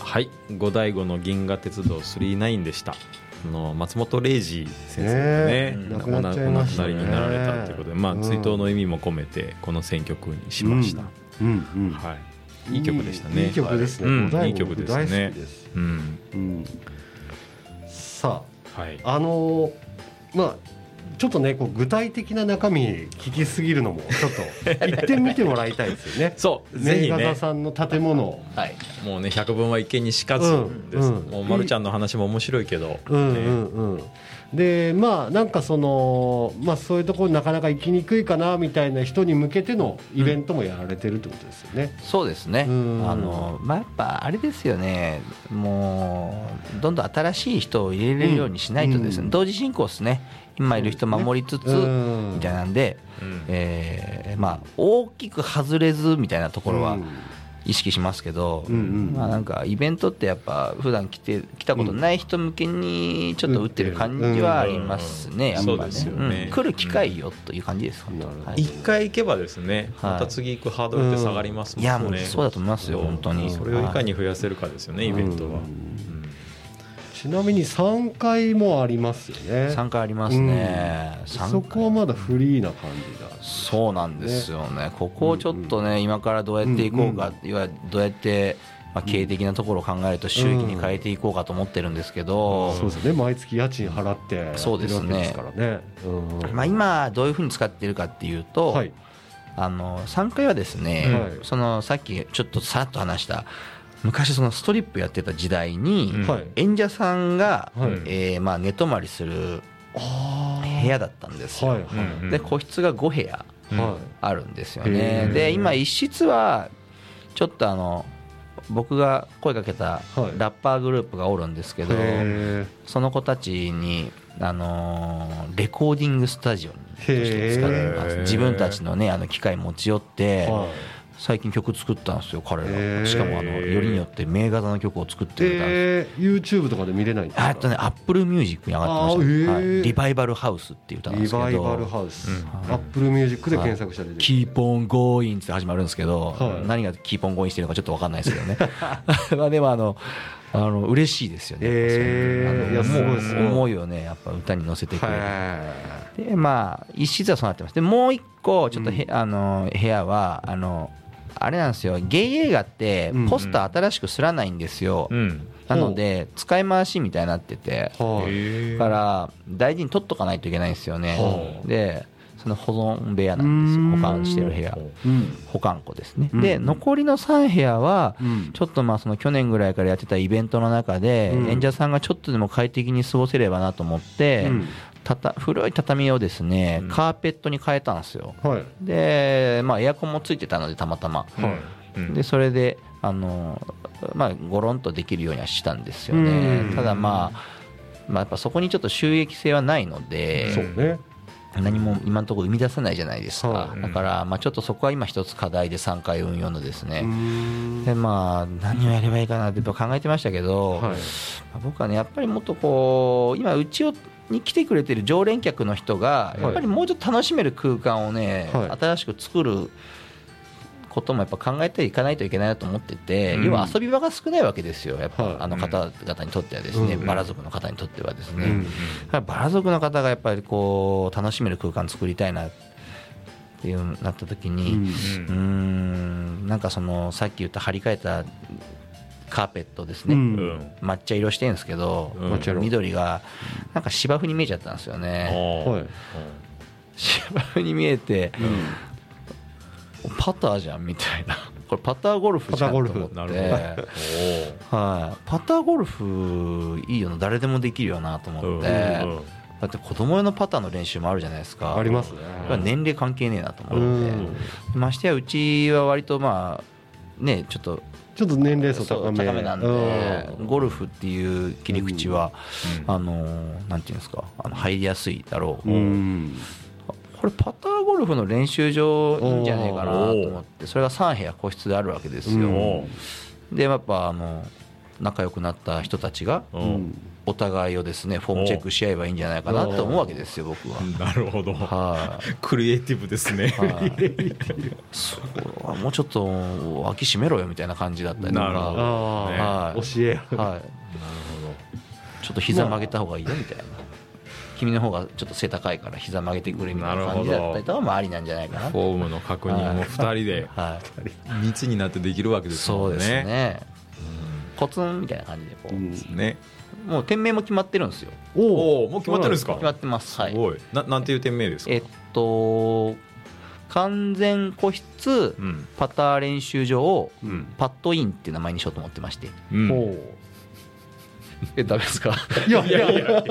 はい五醍醐の銀河鉄道39でしたあの松本零士先生がねねえお亡くなっちゃいま亡くしたなねりになられたということで、まあうん追悼の意味も込めてこの選曲にしました、うんうんはい、いい曲でしたねいい曲ですね。はいうん五代いい曲ですね僕大好きです。うんうんさはいあ、あのーまあちょっとねこう具体的な中身聞きすぎるのもちょ っと行ってみてもらいたいですよね。そう ぜ名ひ画座ねさんの建物。はいもうね百聞は一見にしかずです、うんうんもうまるちゃんの話も面白いけど、うんうねんうん、でまあなんかその、まあ、そういうところなかなか行きにくいかなみたいな人に向けてのイベントもやられてるってことですよね。そうですね、うんあのまあ、やっぱあれですよね、もうどんどん新しい人を入れれるようにしないと、ですね、うん同時進行ですね、今いる人守りつつ、うんみたいなんで、うんえーまあ、大きく外れずみたいなところはうん意識しますけど、うんうんまあ、なんかイベントってやっぱ、普段来て来たことない人向けに、ちょっと打ってる感じはありますうね、んやっぱそうですねよねうん来る機会よという感じですかねなるほどはい一回行けばですね、はいまた次行くハードルって下がりますもんいね、やもうそうだと思いますよ、うん本当に。それをいかはいに増やせるかですよね、イベントは、うんちなみに3階もありますよね。 3回ありますね、三そこはまだフリーな感じだ。そうなんですよねここをちょっとね、今からどうやっていこうか、うんいわゆるどうやって、まあ、経営的なところを考えると収益に変えていこうかと思ってるんですけど、そうですよね。毎月家賃払ってそうですやねってるわけですからね。うんうんまあ、今どういうふうに使ってるかっていうと、はい。あの3階はですね、はいそのさっきちょっとさらっと話した昔そのストリップやってた時代に、うんはい。演者さんが、はいえーまあ、寝泊まりするああ。部屋だったんですよ、はいはうんうんで個室が5部屋ういんはあるんですよへねーで今一室はちょっとあの僕が声かけたはいラッパーグループがおるんですけい。ど、へその子たちに、あのーレコーディングスタジオにとして使ってまへすー自分たちのねあの機械持ち寄っえ。て、はい。最近曲作ったんですよ彼ら、へーしかもあのよりによって名画座の曲を作ってくれたんですえー、YouTube とかで見れないんですあかあとねアップルミュージックに上がってました、あーへーはいリバイバルハウスっていう歌なんでリすけどバイバルハウス、うんアップルミュージックで検索したら出てキーポンゴーインって始まるんですけど、はい何がキーポンゴーインしてるのかちょっと分かんないですけどね まあでもあのあの嬉しいですよね、えーいやあのすごいもうですね思いをねやっぱ歌に乗せてくれる、はでまあ一室はそうなってますでもう一個ちょっとへ、あの部屋はあのあれなんですよゲイ映画ってうんうんポスター新しくすらないんですよ、うんなので使い回しみたいになってていはいへーだから大事に取っとかないといけないんですよね、はあでその保存部屋なんですようーん保管してる部屋うん保管庫ですね、うんで残りの3部屋はうんちょっとまあその去年ぐらいからやってたイベントの中で、うん演者さんがちょっとでも快適に過ごせればなと思って、うんたた古い畳をですねうんカーペットに変えたんですよはいで、まあ、エアコンもついてたのでたまたま、はいうんでそれであの、まあ、ゴロンとできるようにはしたんですよね、うんただまあまあ、やっぱそこにちょっと収益性はないので、そうね何も今のところ生み出せないじゃないですかは、いだから、まあ、ちょっとそこは今一つ課題で3回運用のですうーね、んでまあ何をやればいいかなってやっぱ考えてましたけど、はいまあ僕はねやっぱりもっとこう今うちをに来てくれてる常連客の人がいやっぱりもうちょっと楽しめる空間をね、はい新しく作ることもやっぱ考えていかないといけないなと思ってて、うん要は遊び場が少ないわけですよやっぱ、はいあの方々にとってはですね、うんバラ族の方にとってはですね、うんやっぱバラ族の方がやっぱりこう楽しめる空間作りたいなっていうなった時に、うーんなんかそのさっき言った張り替えたカーペットですね、うんうん抹茶色してるんですけど、うん抹茶色緑がなんか芝生に見えちゃったんですよあねーはい芝生に見えてパターじゃんみたいなこれパターゴルフじゃんと思っパてターゴルフなはいパターゴルフいいよな誰でもできるよなとおー思うっんて、うんだって子供用のパターの練習もあるじゃないですかありますねこれは年齢関係ねえなとう思って、んましてやうちは割とまあねちょっとちょっと年齢層そう高め高めなんでうんゴルフっていう切り口は、うんあのーなんていうんですかあの入りやすいだろう、うんこれパターゴルフの練習場いいんじゃねえかなと思ってそれが3部屋個室であるわけですよ、うんでやっぱあの仲良くなった人たちがおうーんお互いをですねフォームチェックし合えばいいんじゃないかなと思うわけですよ僕は。 なるほどはい、クリエイティブですねはい、そこはもうちょっと脇締めろよみたいな感じだったりとなるほどか、ああ、はい教えやはい、ちょっと膝曲げた方がいいよみたいな、君の方がちょっと背高いから膝曲げてくれみたいな感じだったりとかもありなんじゃないかなフォームの確認も2人では密になってできるわけい、ですそもうんですねね、コツンみたいな感じでこう、うんねもう店名も決まってるんですよ、おおもう決まってるんですか決まってます、はいす、ごいななんていう店名ですかえっと、完全個室うんパター練習場をうんパッドインっていう名前にしようと思って まして、うんおうえ、ダメですかいやいやいや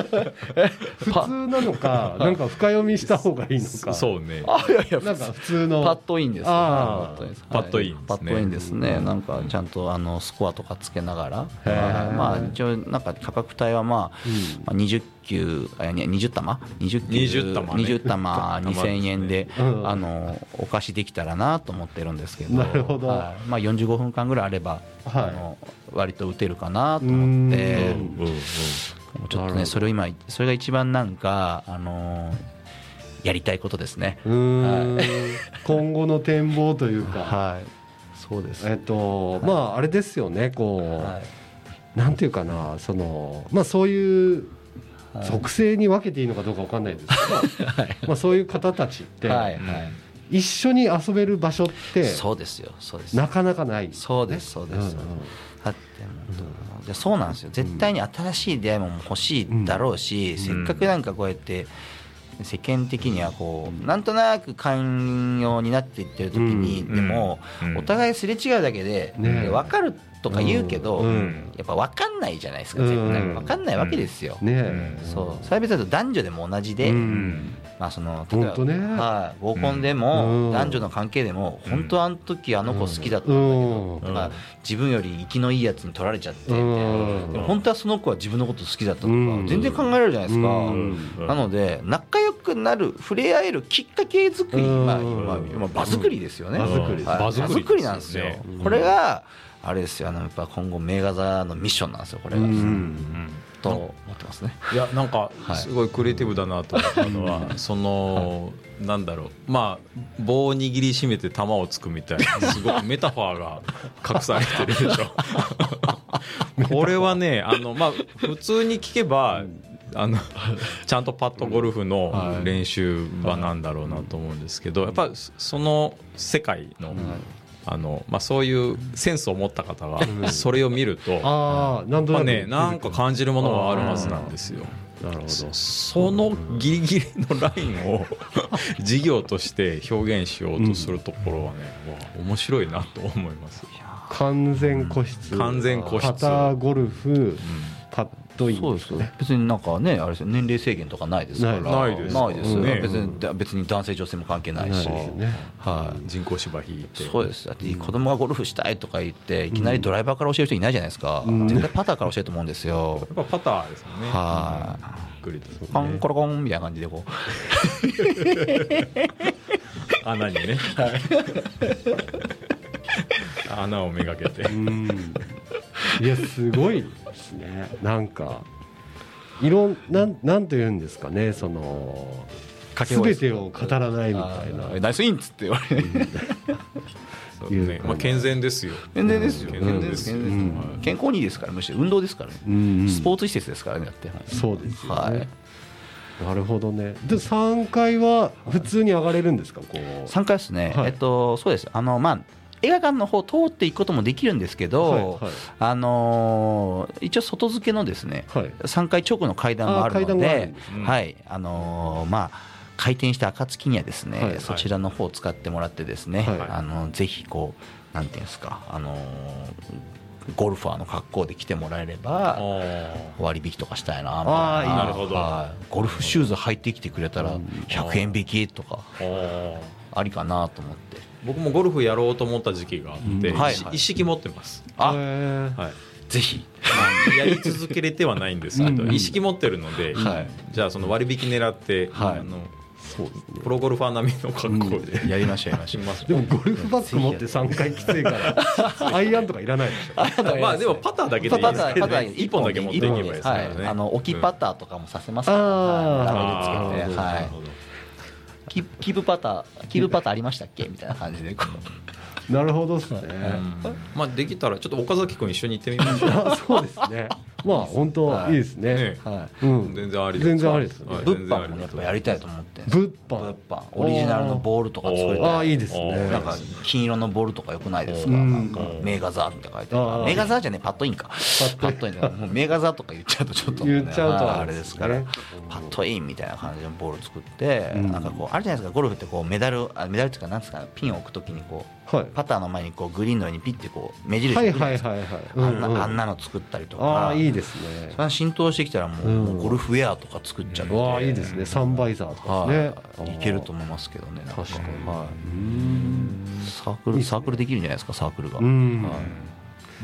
普通なの かなんか深読みした方がいいのかそうねあ、いやいや、なんか普通のパッドインです。あーはいパッドインですねパッドインですね。なんかちゃんとあのスコアとかつけながら、へーはいまあ一応なんか価格帯はまあ。うんまあ20球あいや20玉20球20玉ね20玉2000円で、うんあのお貸しできたらなと思ってるんですけどなるほどはいまあ、45分間ぐらいあれば、はいあの割と打てるかなと思ってううんんうんうんちょっなるとほねどそれを今それが一番なんか、あのやりたいことですね。うーん今後の展望というかはい、そうです。えっとまああれですよねこはいうなんていうかなそのまあそういうはい属性に分けていいのかどうかわかんないです けど、まあそういう方たちってはいは一緒に遊べる場所ってそうですよ、そうです。なかなかないそうです、そうでうんす。だってもう、いやそうなんですよ、絶対に新しい出会いも欲しいだろうし、せっかくなんかこうやって。世間的にはこうなんとなく寛容になっていってる時に、うんでも、うんお互いすれ違うだけで、ねえ分かるとか言うけど、うんうんやっぱ分かんないじゃないですかうん絶対分かんないわけですよ、うんねえそうサービスだと男女でも同じで、うんうんまあその例えば本当ねはい、合コンでうもん男女の関係でもうん本当あの時あの子好きだったんうだんけど、まうあん、自分より生きのいいやつに取られちゃってみたいうんなでも本当はその子は自分のこと好きだったとかうん全然考えられるじゃないですか。うんなので仲良くなる触れ合えるきっかけ作り、うんまあまあまあ、場作りですよね、うん場作りはい場作りですよね場作りなんですよ、うんこれがあれですよあのやっぱ今後名画座のミッションなんですよこれが、うんと思ってますねいやなんかはいすごいクリエイティブだなと思ったのはそのなんだろうまあ棒を握りしめて玉をつくみたいなすごくメタファーが隠されてるでしょこれはねあのまあ普通に聞けばあのちゃんとパッドゴルフの練習場なんだろうなと思うんですけどやっぱその世界のあのまあそういうセンスを持った方がそれを見るとああなんとまあなくね、なんか感じるものはあるはずなんですよ。なるほどそそのギリギリのライン を事業として表現しようとするところはね、わあ面白いなと思います。完全個室完全個室パターゴルフうパッドインそうですよ別になんかねあれですよ年齢制限とかないですからないないですないですよね別にだ別に男性女性も関係ないないしですねはいん人工芝引いてそうですだって子供がゴルフしたいとか言っていきなりドライバーから教える人いないじゃないですか、ん絶対パターから教えると思うんですよやっぱパターですよね。はゆっくりといコンコロコンみたいな感じでこう穴にね。穴をめがけて。うんいやすごいですねなんかいろんなんなんと言うんですかねその掛け声全てを語らないみたいなあーナイスインっつって言われるそうねまあ健全ですよ。健全ですよ健健全全でですすよ健全ですはい健康にいいですからむしろ運動ですからね、うんスポーツ施設ですからねだってはいそうですよね、はいなるほどねで3階は普通に上がれるんですかこう3回ですね、はいえっと、そうですあの、まあ、映画館の方通っていくこともできるんですけど、はいはいあのー一応、外付けのですね、はい3階直の階段もあるのあー階段があるでんで、ねはいあのーまあ、開店した暁にはですね、はいそちらの方を使ってもらってですね、はいあのぜひこう、なんていうんですか、あのーゴルファーの格好で来てもらえれば。あ割引とかしたいなみたいあーいいななるほどはいゴルフシューズ履いてきてくれたら100円引きとかーあー。ありかなと思って僕もゴルフやろうと思った時期があって、うんはい一はい一式持ってます、あへーはいぜひまあやり続けれてはないんですけどうん一式持ってるので、はいじゃあその割引狙って、はいあのそうですねプロゴルファー並みの格好で、やりましたやりまししますでもゴルフバッグ持って3回きつい からアイアンとかいらないでしょた まあでもパターだけでいいパでタすーけどパター1本だけ持っていけばいいですからはねいあの置きパターとかもさせますから、あーはいラベルつけてなはるいほどキキブパターキブパターありましたっけみたいな感じでこなるほどっすね、う、うんまあできたらちょっと岡崎君一緒に行ってみましょうあそうですねまあ本当いいですね、ねはいうん全然ありです全然ありですね、はい物販もねやっぱやりたいと思って物物販販オリジナルのボールとか作りおーあたあいいいですねなんか金色のボールとかよくないですかうんなんかメーガザーって書いてああるーメーガザーじゃねえパッドインかパッドインだもうメーガザーとか言っちゃうとちょっとね言っちゃうとあーあれですからパッドインみたいな感じのボール作ってうんなんかこうあるじゃないですかゴルフってこうメダルあメダルっていうかなんですかピンを置くときにこうはいパターの前にこうグリーンの上にピッてこう目印はでいくるじゃなはいいですかはいはいあんなあんななの作ったりとかああいいですねそれが浸透してきたらもう,、うんもうゴルフウェアとか作っちゃって、うわあいいですねサンバイザーとかではすい、ねいけると思いますけどねなん確かにはうーんい、サークルサークルできるんじゃないですかサークルが、うんはい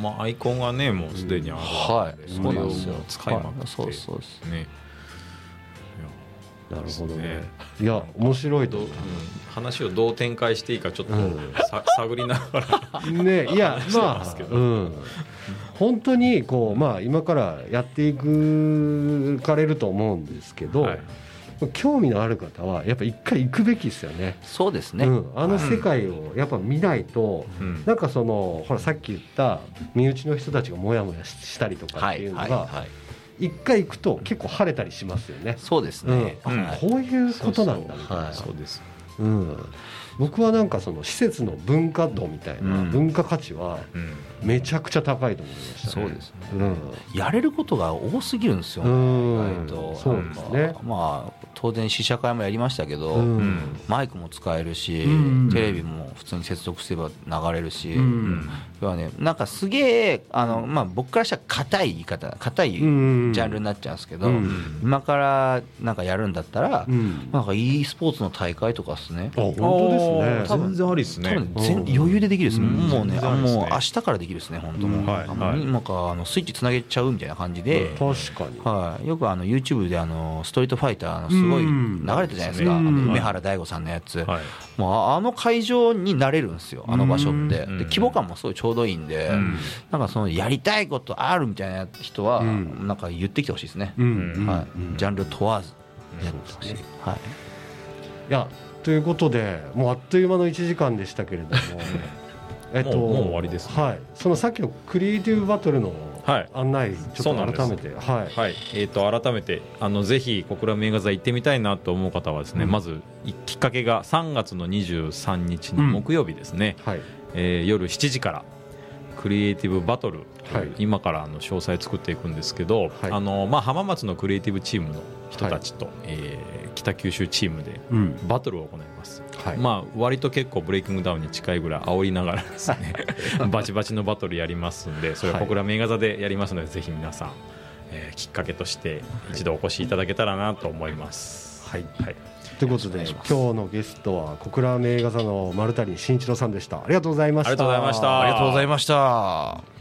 まあアイコンがねもうすでにあるはいそうなんですよ使いまくってはいそうですそうですねなるほどでねすねいや面白いと どううん話をどう展開していいかちょっとうんさ探りながらねいやしてまますあけどうん本当にこうまあ今からやっていくかれると思うんですけど、はい興味のある方はやっぱ一回行くべきですよねそうですね、うん、あの世界をやっぱ見ないと、うんなんかそのほらさっき言った身内の人たちがモヤモヤししたりとかはっていいうのはいがはい一回行くと結構晴れたりしますよね。そうですうんね、、うんあはいこういうことなんだみたいなはいそうですうん僕はなんかその施設の文化度みたいなうん文化価値はうんめちゃくちゃ高いと思いました、そうですねうんやれることが多すぎるんですよ、ねうん意外とそうですねまあまあ当然試写会もやりましたけど、うんうんマイクも使えるし、うんテレビも普通に接続すれば流れるし、うん要はねなんかすげえあの、まあ、僕からしたら硬い言い方硬いジうんャンルになっちゃうんですけど、うん今からなんかやるんだったら、うんなんか e スポーツの大会とかですねあ本当ですあねー全然ありです多ね分全余裕でできるです、うんもうね全然あありですねもう明日からできるですね本当もう、うんはいあもうはいなんかあのスイッチつなげちゃうみたいな感じで、確かにはい、よくあの YouTube であのストリートファイターのすごいうん流れたじゃないですか、うんあの梅原大悟さんのやつ、はいもうああの会場になれるんですよあの場所って、うんで規模感もすごいちょうどいいんで、んなんかそのやりたいことあるみたいな人は、うんなんか言ってきてほしいですね、うんうんはうんい、ジャンル問わずやってほしい、はい、いやということでもうあっという間の1時間でしたけれどもえもうもう終わりですねはい、そのさっきのクリエイティブバトルのはい案内、ちそょうなっんでとす改めてはい、はい、えー、と改めてあのぜひ小倉名画座行ってみたいなと思う方はですね、うんまずいきっかけが3月の23日のうん木曜日ですね、はい、えー夜7時からクリエイティブバトル、はい今からあの詳細作っていくんですけど、はいあのまあ、浜松のクリエイティブチームの人たちと、えー北九州チームでうんバトルを行います、はいまあ割と結構ブレイキングダウンに近いぐらい煽りながらですね バチバチのバトルやりますんでそれは小倉名画座でやりますので、ぜひ皆さん、えーきっかけとして一度お越しいただけたらなと思いますはいはい、ということでよろしくお願いし今ます日のゲストは小倉名画座の丸谷慎一郎さんでしたありがとうございましたありがとうございましたありがとうございました